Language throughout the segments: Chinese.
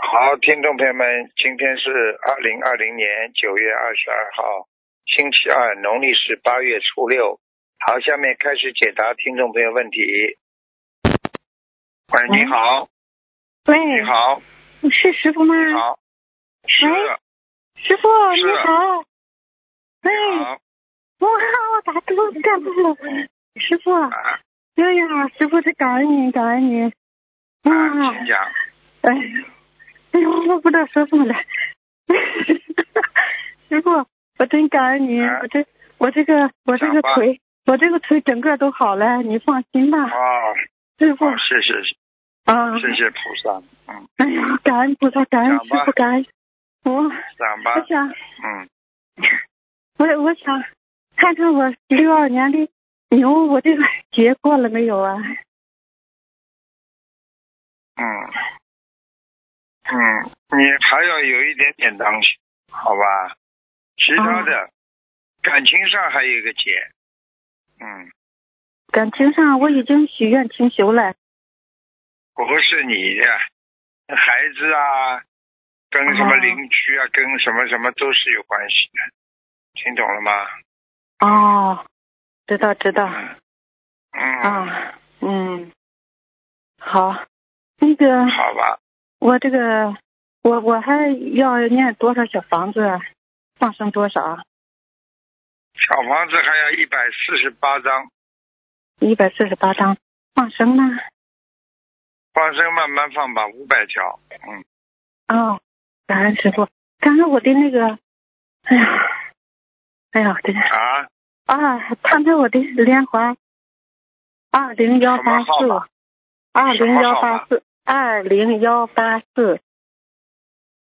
好，听众朋友们，今天是二零二零年九月二十二号，星期二，农历是八月初六。好，下面开始解答听众朋友问题。喂，你好，喂，你好，是师傅吗？你好，是，师傅是你好。喂，好哇，我打通了，师傅，啊，哎呀，师傅，这感恩您，感恩您。哇，啊，请讲，哎，哎呦，我不知道说什么了。 师傅，我真感恩您，啊我这我这个我这讲个吧腿，我这个腿整个都好了，你放心吧，哦，师傅哦，谢谢，啊，谢谢菩萨，嗯，哎呀，感恩菩萨，感恩讲师吧傅，感恩我，讲吧我，想。嗯，我我想看看我六二年的牛，我这个节过了没有啊？嗯，嗯，你还要有一点点当心，好吧？其他的、感情上还有一个结，嗯，感情上我已经许愿清修了。不是你的孩子啊，跟什么哦邻居啊，跟什么什么都是有关系的，听懂了吗？哦，知道知道嗯，嗯，啊，嗯，好，那个嗯好吧，我这个我我还要念多少小房子啊，放生多少？小房子还要一百四十八张，一百四十八张，放生呢？放生慢慢放吧，五百条，嗯。哦，感恩师傅，感恩我的那个，哎呀，哎呀，这个。啊，啊，看看我的莲花，二零幺八什么号四，二零幺八四，二零幺八四，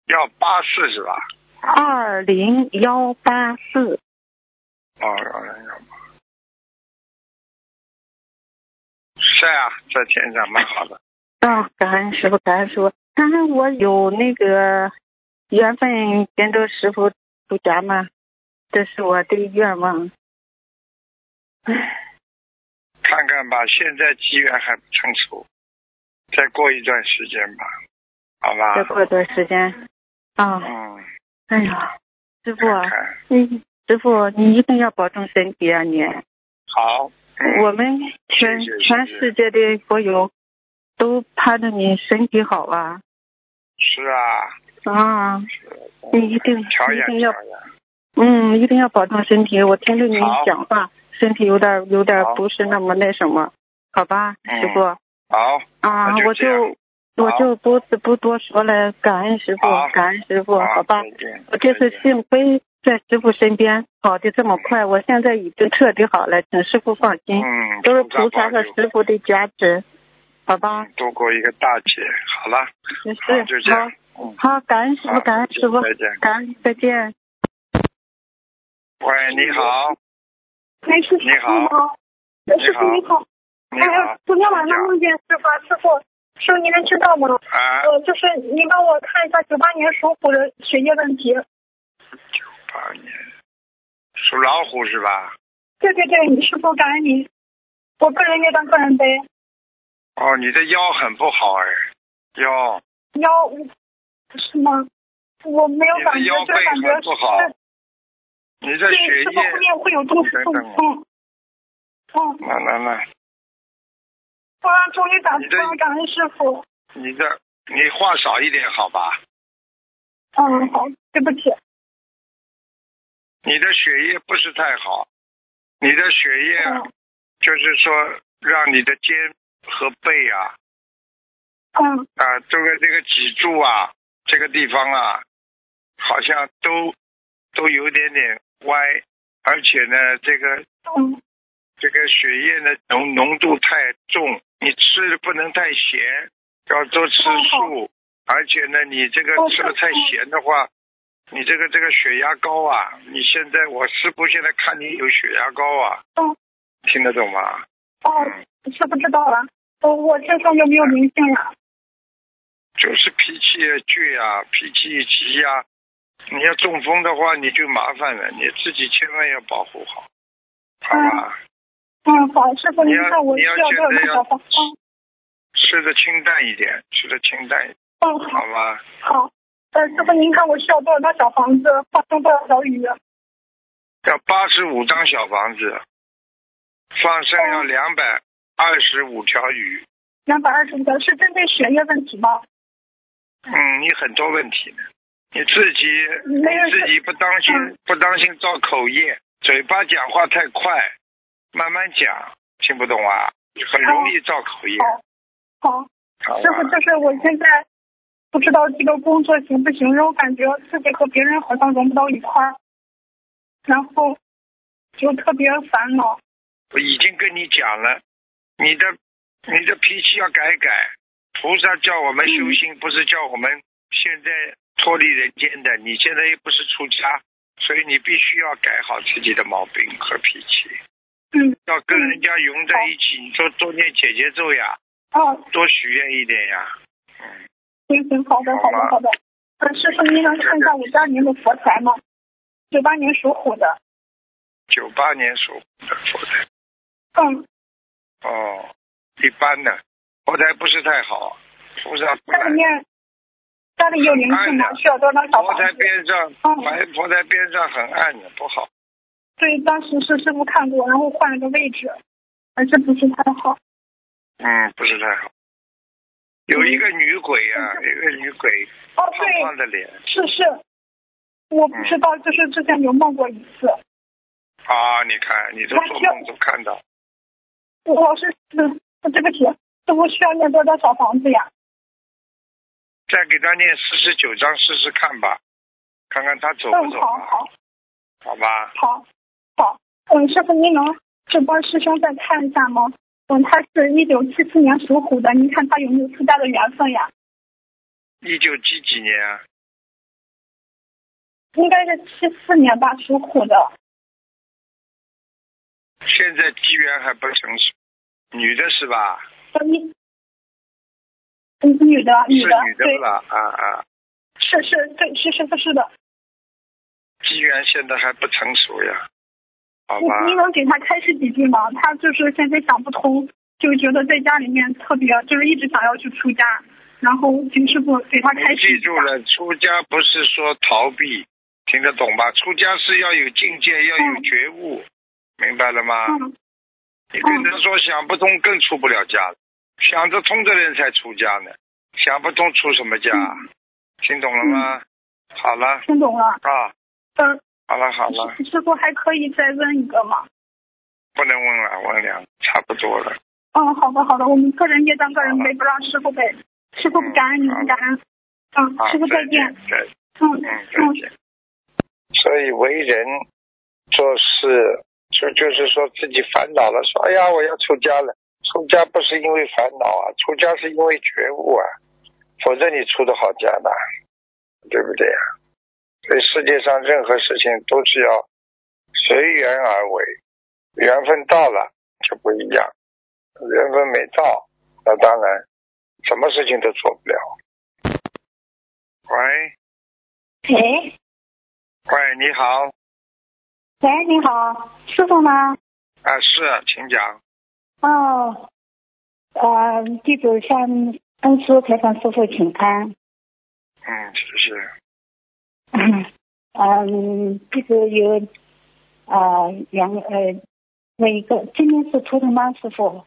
要八四是吧？二零幺八四，哦，要要要。是啊，在天上蛮好的。啊，感恩师傅，感恩师傅，看看我有那个缘分跟着师傅出家吗？这是我的愿望。唉看看吧，现在机缘还不成熟，再过一段时间吧，好吧再？过段时间，啊，嗯，哎呀，师傅啊，看看你师傅，你一定要保重身体啊，你。好。嗯我们全谢谢全谢谢世界的佛友都盼着你身体好啊是啊，啊！你一定调一养定调要养。嗯，一定要保重身体。我听着你好讲话，身体有点有点好不是那么那什么，好吧，嗯师傅好，啊那，就我这样就我好就不不多说了，感恩师傅好，感恩师傅，好好吧。再见我这再次见幸亏在师傅身边好的这么快，我现在已经彻底好了，请师傅放心。嗯，都是菩菩萨保萨和佑师傅的加持，好吧？度过一个大劫。好了，也好就这是样好，。嗯，好，感恩师好傅，感恩师傅，再见。感恩再见。喂，你好，哎，师傅你好好，师傅你好，你好哎，，昨天晚上梦见师傅，师傅，师傅您能听到吗？啊，呃，就是您帮我看一下九八年属虎的血液问题。八年，属老虎是吧？对对对，师傅感恩您，我个人那张个人背哦，你的腰很不好哎，腰，腰是吗？我没有你感的觉，腰就背是感觉很不好，你的对，血师傅后液，面会有东西等中等风。嗯，来来来，哇，终于打你通了，这感恩师傅。你的你话少一点好吧？嗯，好，对不起。你的血液不是太好，你的血液嗯就是说让你的肩和背啊嗯啊，这个这个脊柱啊这个地方啊，好像都都有点点歪，而且呢，这个嗯这个血液呢浓浓度太重，你吃的不能太咸，要多吃素。而且呢，你这个哦吃的太咸的话，你这个这个血压高啊！你现在我师傅现在看你有血压高啊，嗯听得懂吗？哦，是不知道了。哦我我身上有没有灵性呀、就是脾气倔啊，脾气急呀、你要中风的话，你就麻烦了，你自己千万要保护好，好吧？嗯，好，师傅，你您要看我需要多少张小房？吃的清淡一点，吃的清淡一点。嗯，好好吗？好。呃，师傅，您看我需要多少张小房子，放生多少条鱼？要八十五张小房子，放生要哦两百二十五条鱼。两百二十五条，是针对学业问题吗？嗯，你很多问题呢，你自己没有你自己不当心、嗯不当心造口业，嘴巴讲话太快，慢慢讲，听不懂啊，很容易造口业。哦好，好师傅，吧？就是我现在不知道这个工作行不行，让我感觉自己和别人好像融不到一块儿，然后就特别烦恼。我已经跟你讲了，你的你的脾气要改改。菩萨叫我们修心，不是叫我们现在脱离人间的。你现在又不是出家，所以你必须要改好自己的毛病和脾气，嗯，要跟人家融在一起。你说多念姐姐咒呀，哦，多许愿一点呀。行行，好的，好的，好的。呃，师傅，您能看一下我家年的佛台吗？九八年属虎的。九八年属虎的佛台，嗯，哦，一般的，佛台不是太好，菩萨不家来里。面家里有灵哎性吗？需要多少张小佛房台子？边上，嗯佛佛台边上很暗的，不好。对，当时是师傅看过，然后换了个位置，而且不是太好。嗯，不是太好。有一个女鬼啊，有一个女鬼，哦，胖胖嗯对，的脸是是，我不知道，就是之前有梦过一次，啊，你看，你都做梦都看到，我是是对不起，师傅需要念多少小房子呀？再给他念四十九章试试看吧，看看他走不嗯，走好啊，好好吧？好好，嗯，师傅您能这帮师兄再看一下吗？嗯，他是一九七七年属虎的，您看他有没有附加的缘分呀？一九几几年啊？应该是七四年吧，属虎的。现在机缘还不成熟，女的是吧？呃你，嗯，女的，是女的，女的对不，啦？啊啊，是是，对，是是不是的？机缘现在还不成熟呀，好吧？您您能给他开始几句吗？他就是现在想不通，就觉得在家里面特别，就是一直想要去出家，然后请师傅给他开你始。记住。了，出家不是说逃避，听得懂吧？出家是要有境界，要有嗯觉悟，明白了吗？嗯你跟他说想不通，更出不了家了。想得通的人才出家呢，想不通出什么家？嗯听懂了吗？好了听懂了。啊，嗯、好了好了，师傅还可以再问一个吗？不能问了，问两个差不多了。嗯，好的好的，我们个人业障个人背，不让师傅背。师傅感恩你嗯好们，感恩。嗯啊，，师傅再再见见。，再见。嗯嗯，嗯对，对。所以为人做事，就就是说自己烦恼了，说哎呀，我要出家了。出家不是因为烦恼啊，出家是因为觉悟啊，否则你出得好家的，对不对啊？所以世界上任何事情都是要随缘而为，缘分到了就不一样，缘分没到，那当然什么事情都做不了。喂。嗯喂喂，你好，喂，你好，师傅吗？啊，是，请讲。哦，呃，弟子向恩师财产师傅请安。嗯，谢谢。嗯，弟子有啊、呃、两呃问一个，今天是图腾吗，师傅？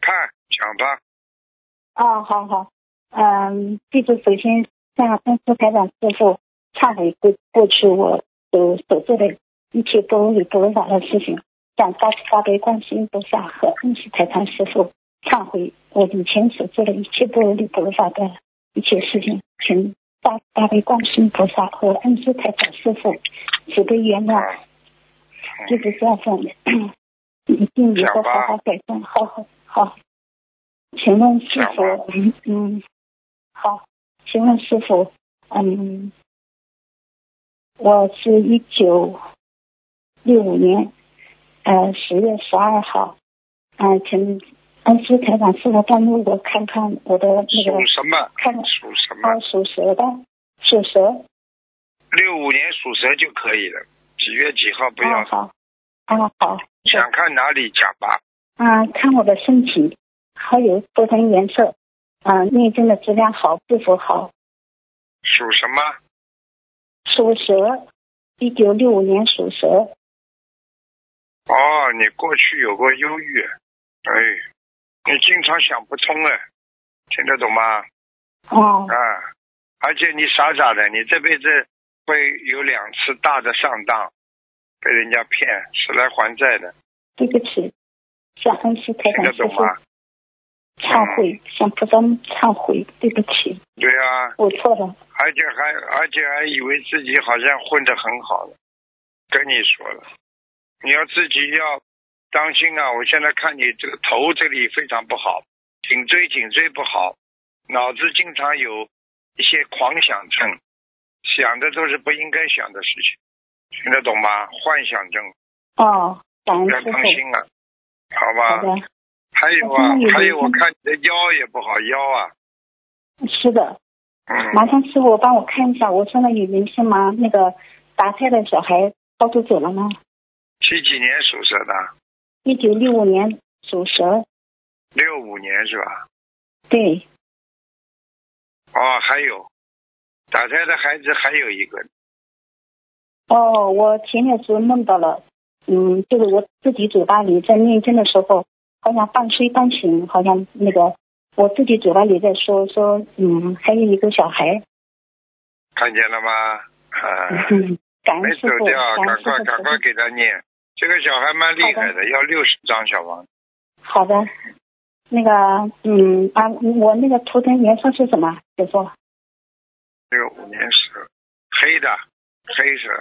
看，讲吧。哦，好好，嗯，弟子首先向公司台长师傅忏悔过过去我所所做的一切不如理不如法的事情，向大慈大悲观世音菩萨和恩师台长师傅忏悔我以前所做的一切不如理不如法的一切事情，请大慈大悲观世音菩萨和恩师台长师傅慈悲原谅，啊嗯弟子这样奉，一定以后好好改正，好好好。请问师傅讲吧，嗯嗯，好，请问师傅，嗯，我是一九六五年，呃，十月十二号，嗯、请恩师台长师傅帮助我看看我的那个属，什么？看看属什啊，么？属蛇的，属蛇，六五年属蛇就可以了。几月几号不啊要？好，啊好，想看哪里讲吧。啊，看我的身体，还有不同颜色，啊、内证的质量好，不服好。属什么？属蛇，一九六五年属蛇。哦，你过去有过忧郁，哎，你经常想不通啊，听得懂吗？哦啊，而且你傻傻的，你这辈子会有两次大的上当，被人家骗是来还债的，对不起，向恩师台听长得师懂啊傅吗？嗯忏悔，向菩萨忏悔，对不起，对啊，我错了。而且还而且还以为自己好像混得很好了，跟你说了，你要自己要当心啊！我现在看你这个头这里非常不好，颈椎颈椎不好，脑子经常有一些狂想症，想的都是不应该想的事情，听得懂吗？幻想症哦，感恩要师当傅。心啊，好好吧？的，还有啊我现在有，还有一个我看你的腰也不好，腰啊，是的，麻嗯，烦师傅帮我看一下，我身上有灵性吗？那个打胎的小孩超度走了吗？七几年属蛇的，一九六五年属蛇，六五年是吧？对，哦，还有，打胎的孩子还有一个，哦，我前两次梦到了，嗯，就是我自己嘴巴里在念经的时候，好像半睡半醒，好像那个我自己嘴巴里在说说，嗯，还有一个 小孩，看见了吗？啊，嗯，感没恩走师傅，掉，感恩赶师快傅赶快慈悲，给他念。这个小孩蛮厉害的，要六十张小王。好的，那个，嗯啊，我那个图腾颜色是什么？师傅？六五年蛇，黑的，黑蛇。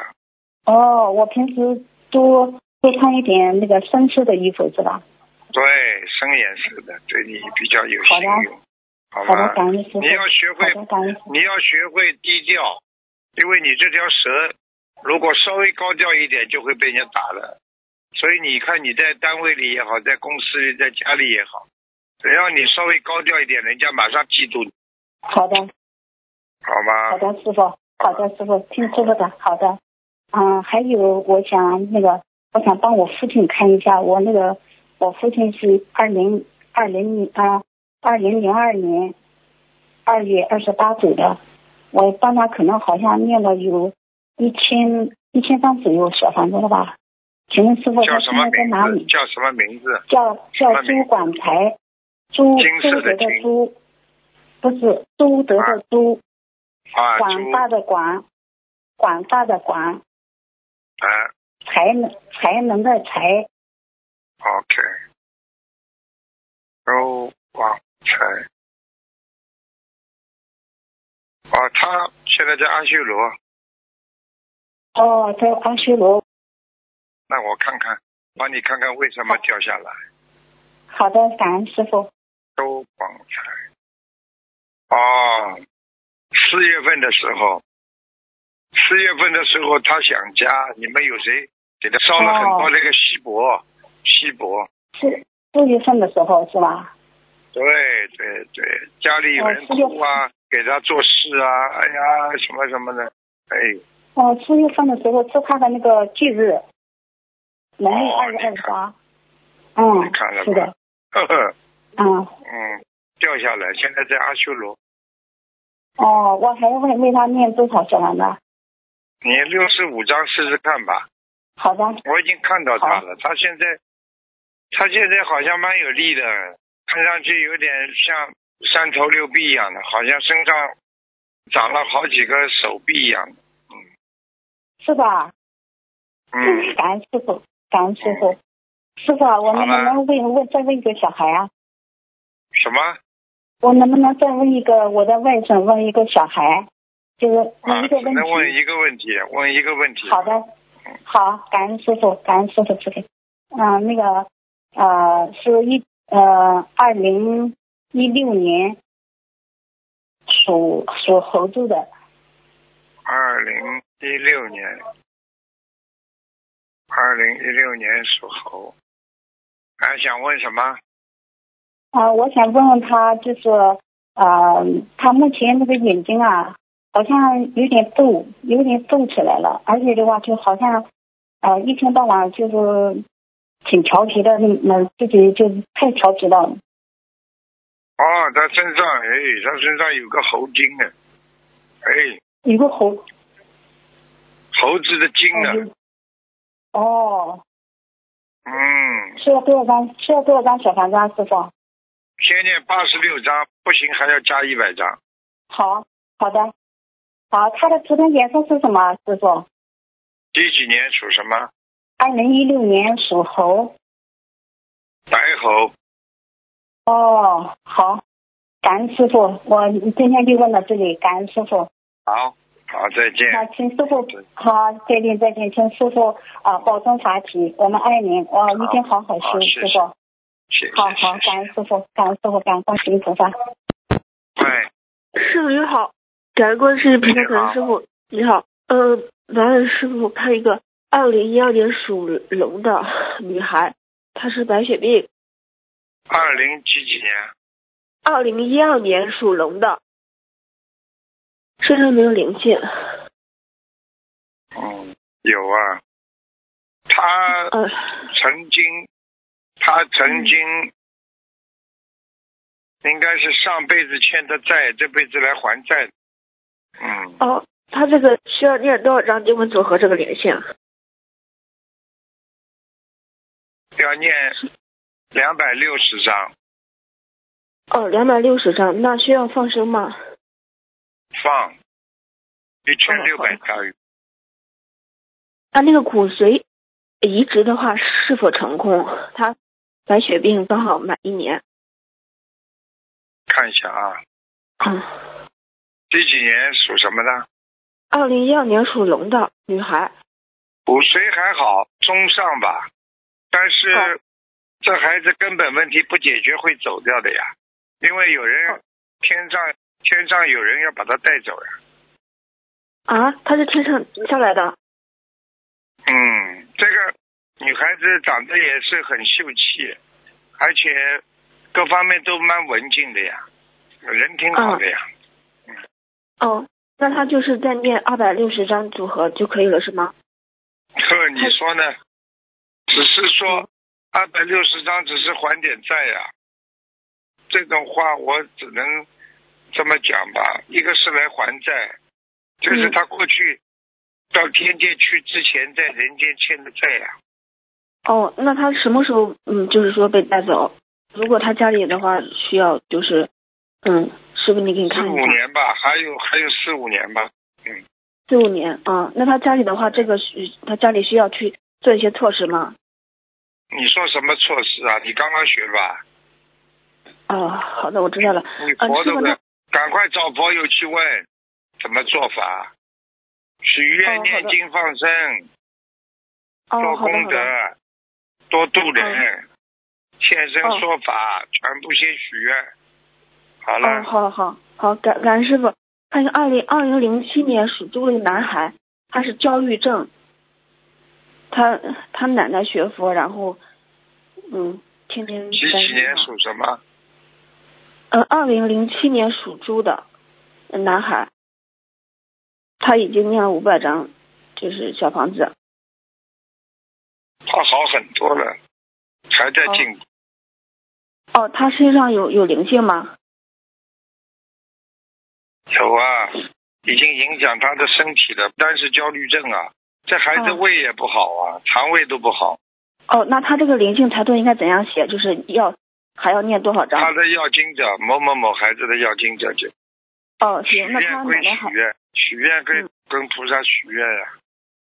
哦，我平时多多穿一点那个深色的衣服是吧？对，深颜色的，对你比较有信用，好好的，吧？感恩师傅，你要学会好的，感恩师傅，你要学会低调，因为你这条蛇如果稍微高调一点，就会被人家打了。所以你看，你在单位里也好，在公司里、在家里也好，只要你稍微高调一点，人家马上嫉妒你，好的。好好吗？的，师傅，好的，师傅，听师傅的，好的。嗯，还有我想那个，我想帮我父亲看一下，我那个我父亲是二零二零啊二零零二年二月二十八走的，我帮他可能好像念了有一千一千张左右小房子了吧？请问师傅叫他什现么在在名哪字里？？叫什么名字？叫什么叫名朱管才，朱金色周的德的金朱，不是周德啊的朱。啊，广朱大的广，广大的广，啊才能才能的才， ，OK，周广才。哦，他现在在阿修罗，哦，在阿修罗。那我看看，帮你看看为什么掉下来。好的，感恩师傅。周广才。哦，四月份的时候，四月份的时候他想家，你们有谁给他烧了很多哦那个锡箔？锡箔，是四月份的时候是吧？对对对，家里有人哦四月哭啊，给他做事啊，哎呀什么什么的，哎，哦，四月份的时候是他的那个忌日，农历哦二月你二十八。你嗯看了，是吧的，？呵呵，嗯，嗯，掉下来，现在在阿修罗，哦，我还会为他念多少小啊王呢？你六十五章试试看吧。好的，我已经看到他了，他现在，他现在好像蛮有力的，看上去有点像三头六臂一样的，好像身上长了好几个手臂一样的。是吧？嗯，啊感恩师傅，感恩师傅。师傅啊，我能好不了能问问再问一个小孩啊？什么？我能不能再问一个我的外甥，问一个小孩，就是问啊，嗯一个只问能问题。一个问题，问一个问题。好的，好，感恩师傅，感恩师傅慈悲。嗯、那个呃，是一呃二零一六年属属猴子的，二零一六年，二零一六年属猴，还想问什么？啊，我想问问他，就是呃，他目前这个眼睛啊，好像有点皱，有点皱起来了，而且的话，就好像呃，一天到晚嗯就是挺调皮的，那、自己就太调皮了。哦，他身上，哎，他身上有个猴精呢，哎，有个猴。猴子的精啊呢，哦，嗯，需要多少张？需要多少张小房子啊，师傅？先念八十六章，不行还要加一百章，好，好的，好。它的图腾颜色是什么啊，师傅？几几年属什么？二零一六年属猴。白猴，哦，好，感恩师傅，我今天就问到这里，感恩师傅。好，好，再见。那请师傅好，再见再见，请师傅啊、保重法体，我们爱您，我一定好好好修，谢师谢傅。谢谢。好好，感恩师傅，感恩师傅，感恩观世音菩萨。哎，师傅你好，感恩观世音菩萨，感恩师傅你好。呃，麻烦师傅看一个二零一二年属龙的女孩，她是白血病。二零几几年？二零一二年属龙的，身上没有灵性。嗯，有啊，他呃，曾经，他曾经，应该是上辈子欠的债，这辈子来还债的。嗯，哦，她这个需要念多少张经文组合这个联系啊？要念两百六十章，哦，两百六十张，那需要放生吗？放一千六好百的条鱼。她那个骨髓移植的话是否成功？她白血病刚好满一年。看一下啊，嗯。这几年属什么的？二零一二年属龙的女孩，骨髓还好，中上吧，但是哦这孩子根本问题不解决会走掉的呀，因为有人哦天上天上有人要把他带走呀。啊，她是天上下来的，嗯，这个女孩子长得也是很秀气，而且各方面都蛮文静的呀，人挺好的呀。哦，那她就是在念二百六十张组合就可以了，是吗？呵， 你说呢？只是嗯说二百六十张只是还点债呀、这种话我只能这么讲吧。一个是来还债，就是嗯他过去到天界去之前在人间欠的债呀、哦，那她什么时候嗯，就是说被带走？如果她家里的话，需要就是，嗯，师傅你给你四看一五下，年吧，还有还有四五年吧。四五年啊，那她家里的话，这个需她家里需要去做一些措施吗？你说什么措施啊？你刚刚学吧？哦，好的，我知道了。你呃佛师都傅不那赶快找佛友去问怎么做法，许哦愿、好的念经、放生、做哦，好的功好德的，，嗯多度人，现身哦说法，全部先许愿。好了，哦，好好好，感感恩师傅。看一下二零二零零七年属猪的一个男孩，他是焦虑症，他他奶奶学佛，然后嗯，天天几在几年那属什么？呃，二零零七年属猪的男孩，他已经念了五百张，就是小房子。他好很多了，还在哦进步。哦，他身上有有灵性吗？有啊，已经影响他的身体了，不单是焦虑症啊，这孩子哦胃也不好啊，肠胃都不好。哦，那他这个灵性才对应该怎样写？就是要还要念多少他张？的要经者，某某某孩子的要经者就哦，许行，那他愿归奶奶许好。愿，许愿跟、嗯跟菩萨许愿呀、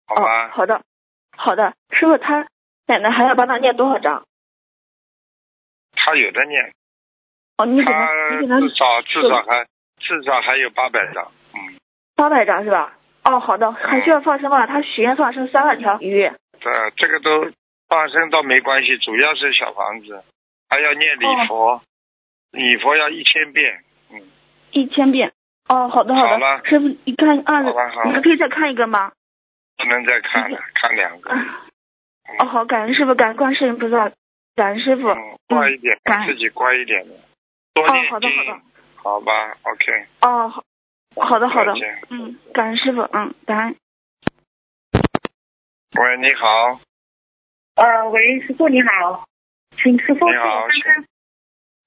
好哦，吧？好的，好的，师傅他奶奶还要帮他念多少章？他有的念，哦，你给他他，你给他呃至少至做少还至少还有八百张，嗯，八百张是吧？哦，好的，还需要放生吗？他许愿放生三万条鱼。这这个都放生倒没关系，主要是小房子，还要念礼哦佛，礼佛要一千遍，一千遍。哦，好的好好了的，师傅，你看二，好吧好吧你还可以再看一个吗？不能再看了，看两个，啊哦，好，感恩师傅，感恩观世音菩萨，感恩师傅。嗯，乖一点，感恩自己乖一点的，多哦念好的好经的，好吧，OK，哦，好，好的好的再见，嗯，感恩师傅，嗯，感恩。喂，你好，呃，喂，师傅你好，请师傅你好看看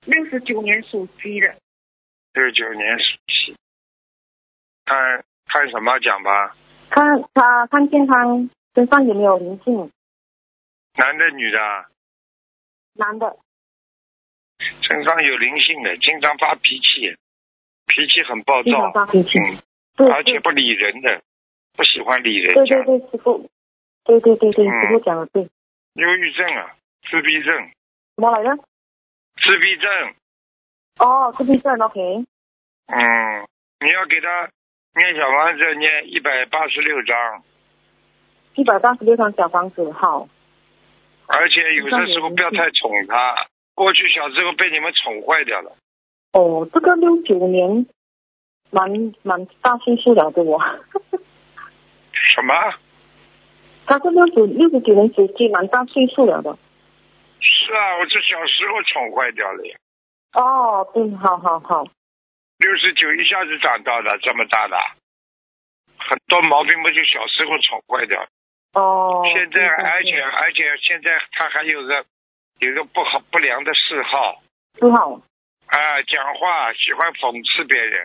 六十九年属鸡的，六九年属鸡，看看什么讲吧？看他看健康身上有没有灵性，男的女的啊？男的，身上有灵性的，经常发脾气，脾气很暴经常躁，发脾气，嗯，对而且对不理人的，不喜欢理人对家对，对，师傅，对对对对，嗯师傅讲的对，忧郁症啊，自闭症，怎么来着？自闭症，哦，自闭症，OK，嗯，你要给他念小房子，念一百八十六章，一百八十六张小房子，好，而且有的时候不要太宠他，过去小时候被你们宠坏掉了，哦，这个六九年蛮蛮大岁数了的我， 什么？他是六九六十九年属鸡，蛮大岁数了的。是啊，我这小时候宠坏掉了呀，哦，对，好好好，六十九一下子长到了这么大了，很多毛病不就小时候宠坏掉了。哦，现在对而且而且现在他还有个有个不好不良的嗜好对不好，啊，讲话喜欢讽刺别人，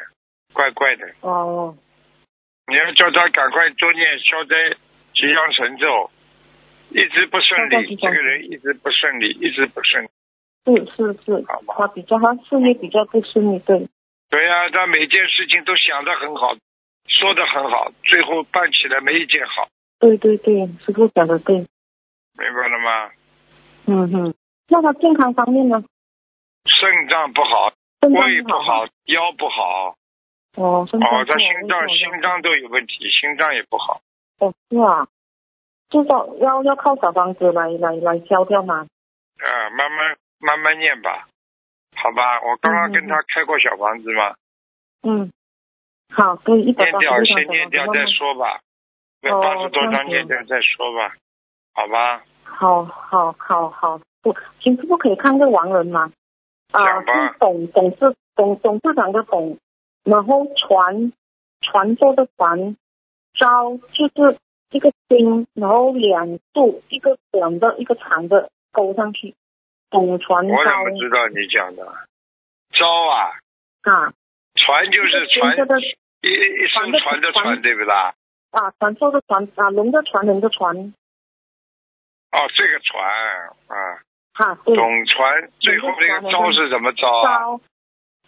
怪怪的。哦，你要叫他赶快多念消灾吉祥神咒，一直不顺消灾利，吉这祥个人一直不顺利，一直不顺利，是是是，好吧？他比较他事业比较不顺利，对，对呀、他每件事情都想得很好，说得很好，最后办起来没一件好，对对对，师傅讲的对，明白了吗？嗯哼，那他健康方面呢？肾脏不好，肾脏胃不好，腰不好，哦，肾脏哦，不他好心脏心，脏都有问题，心脏也不好。哦是啊，至少要要靠小房子来来来消掉嘛，啊，慢慢慢慢念吧，好吧？我刚刚跟他开过小房子嘛，嗯，好，对，一百念八掉十六张先小念房子掉慢再慢，说吧，那哦八十多这样张子念掉再说吧，好吧？好好好好，不，请师傅可以看个亡人吗？啊，讲吧是董董事董董事长的董，然后传传播的传，招就是一个丁，然后两竖一个短的一个长的勾上去，董传我怎么招知道你讲的？招啊，啊，船就是船一个，丁一一艘船的船船，对不啦？啊，传说的传啊，龙的传人的传，哦，这个船啊，哈、对，总船最后那个招是怎么招啊？招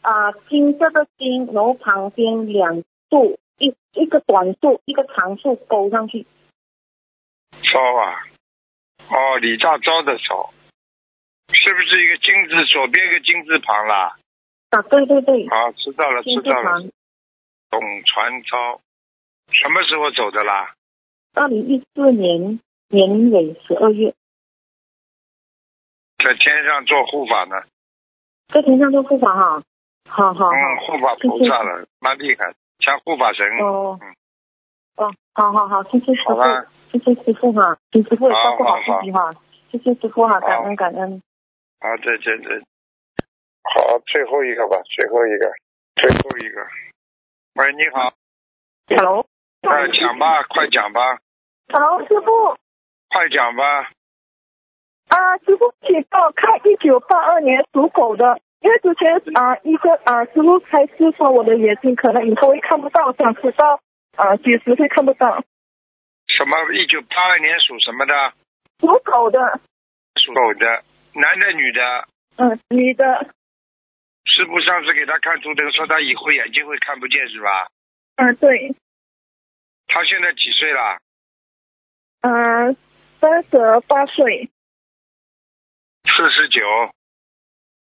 啊，金色的金，然后旁边两竖一一个短竖一个长竖勾上去，招啊，哦，李大钊的钊，是不是一个金字左边一个金字旁啦？啊，对对对，好，知道了，金知字道了旁。，董传超，什么时候走的啦？二零一四年年尾十二月，在天上做护法呢，在天上做护法哈，好好好，嗯，护法菩萨了，蛮厉害，像护法神。哦，哦，好好好，谢谢师好傅，吧，谢谢师傅哈，请师傅也照顾好好好好自己哈，谢谢师傅哈，感好恩感恩，好，再见，再见。好，最后一个吧，最后一个。最后一个，喂，你好， Hello 快讲呃吧，快讲吧， Hello，师傅，快讲吧。啊，师傅，请帮我看一九八二年属狗的，因为之前啊，医生啊，师傅才是说我的眼睛可能以后会看不到，想知道啊，几时会看不到？什么？一九八二年属什么的？属狗的，属狗的，男的女的？嗯，女的，师傅上次给他看图腾，说他以后眼睛会看不见是吧？嗯，对，他现在几岁了？嗯，三十八岁，四十九。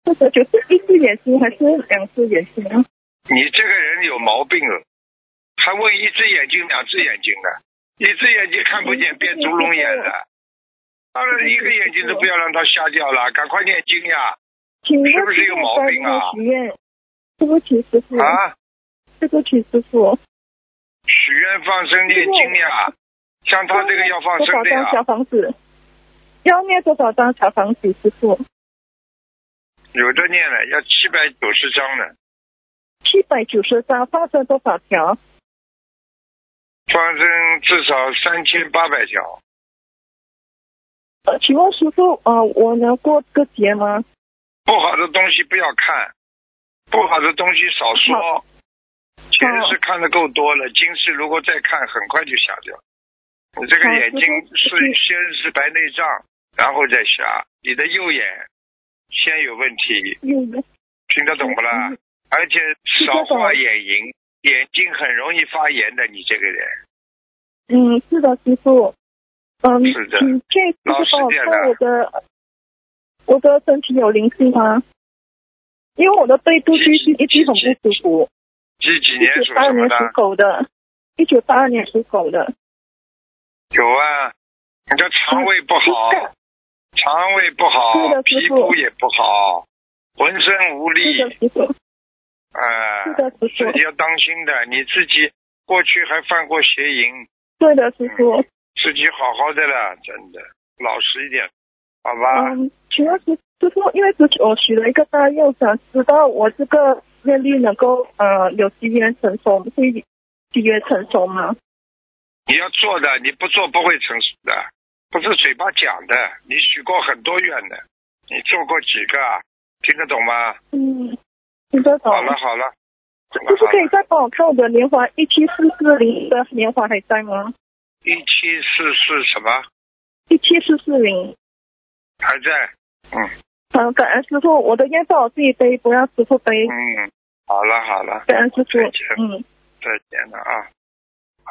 四十九是一只眼睛还是两只眼睛啊？你这个人有毛病了，还问一只眼睛、两只眼睛的，一只眼睛看不嗯见变烛龙眼了。当然，一个眼睛都不要让它瞎掉了，赶快念经呀！请问是不是有毛病啊许愿，对不起师傅，啊，对不起师傅，许愿放生念经呀，像他这个要放多生少的张呀，小房子？要念多少张小房子，师傅？有的念了要七百九十张呢，七百九十张，放生多少条？放生至少三千八百条。呃，请问师傅，呃，我能过这个节吗？不好的东西不要看，不好的东西少哦说。前世看的够多了，今世如果再看，很快就瞎掉。你这个哦好眼师睛傅是嗯先是白内障，然后再瞎。你的右眼先有问题，有的听得懂不啦？嗯而且少画眼影，眼睛很容易发炎的。你这个人，嗯，是的，师傅。嗯，是的你这次老就实帮我点看啦我的我的身体有灵性吗？因为我的背部最近一直很不舒服。几几一年九属八什二么年的？属狗的，一九八二年属狗的。有啊，你的肠胃不好，肠胃不嗯是好，的皮师肤傅也不好，浑身无力是的，师傅，啊、是的，师自傅己，要当心的。你自己过去还犯过邪淫，对的，师啊傅。自己好好的了，真的，老实一点，好吧？嗯，主要是师傅，因为之前我许了一个大愿，想知道我这个业力能够呃有机缘成熟，会机缘成熟吗？你要做的，你不做不会成熟的，不是嘴巴讲的。你许过很多愿的，你做过几个啊？听得懂吗？嗯，听得懂。好了好了，师傅可以再帮我看我的莲花一七四四零的莲花还在吗？一七四四什么一七四四零。还在？嗯。嗯，感恩师傅，我的烟罩我自己背，不让师傅背。嗯，好了好了，感恩师傅再见，嗯，再见了啊！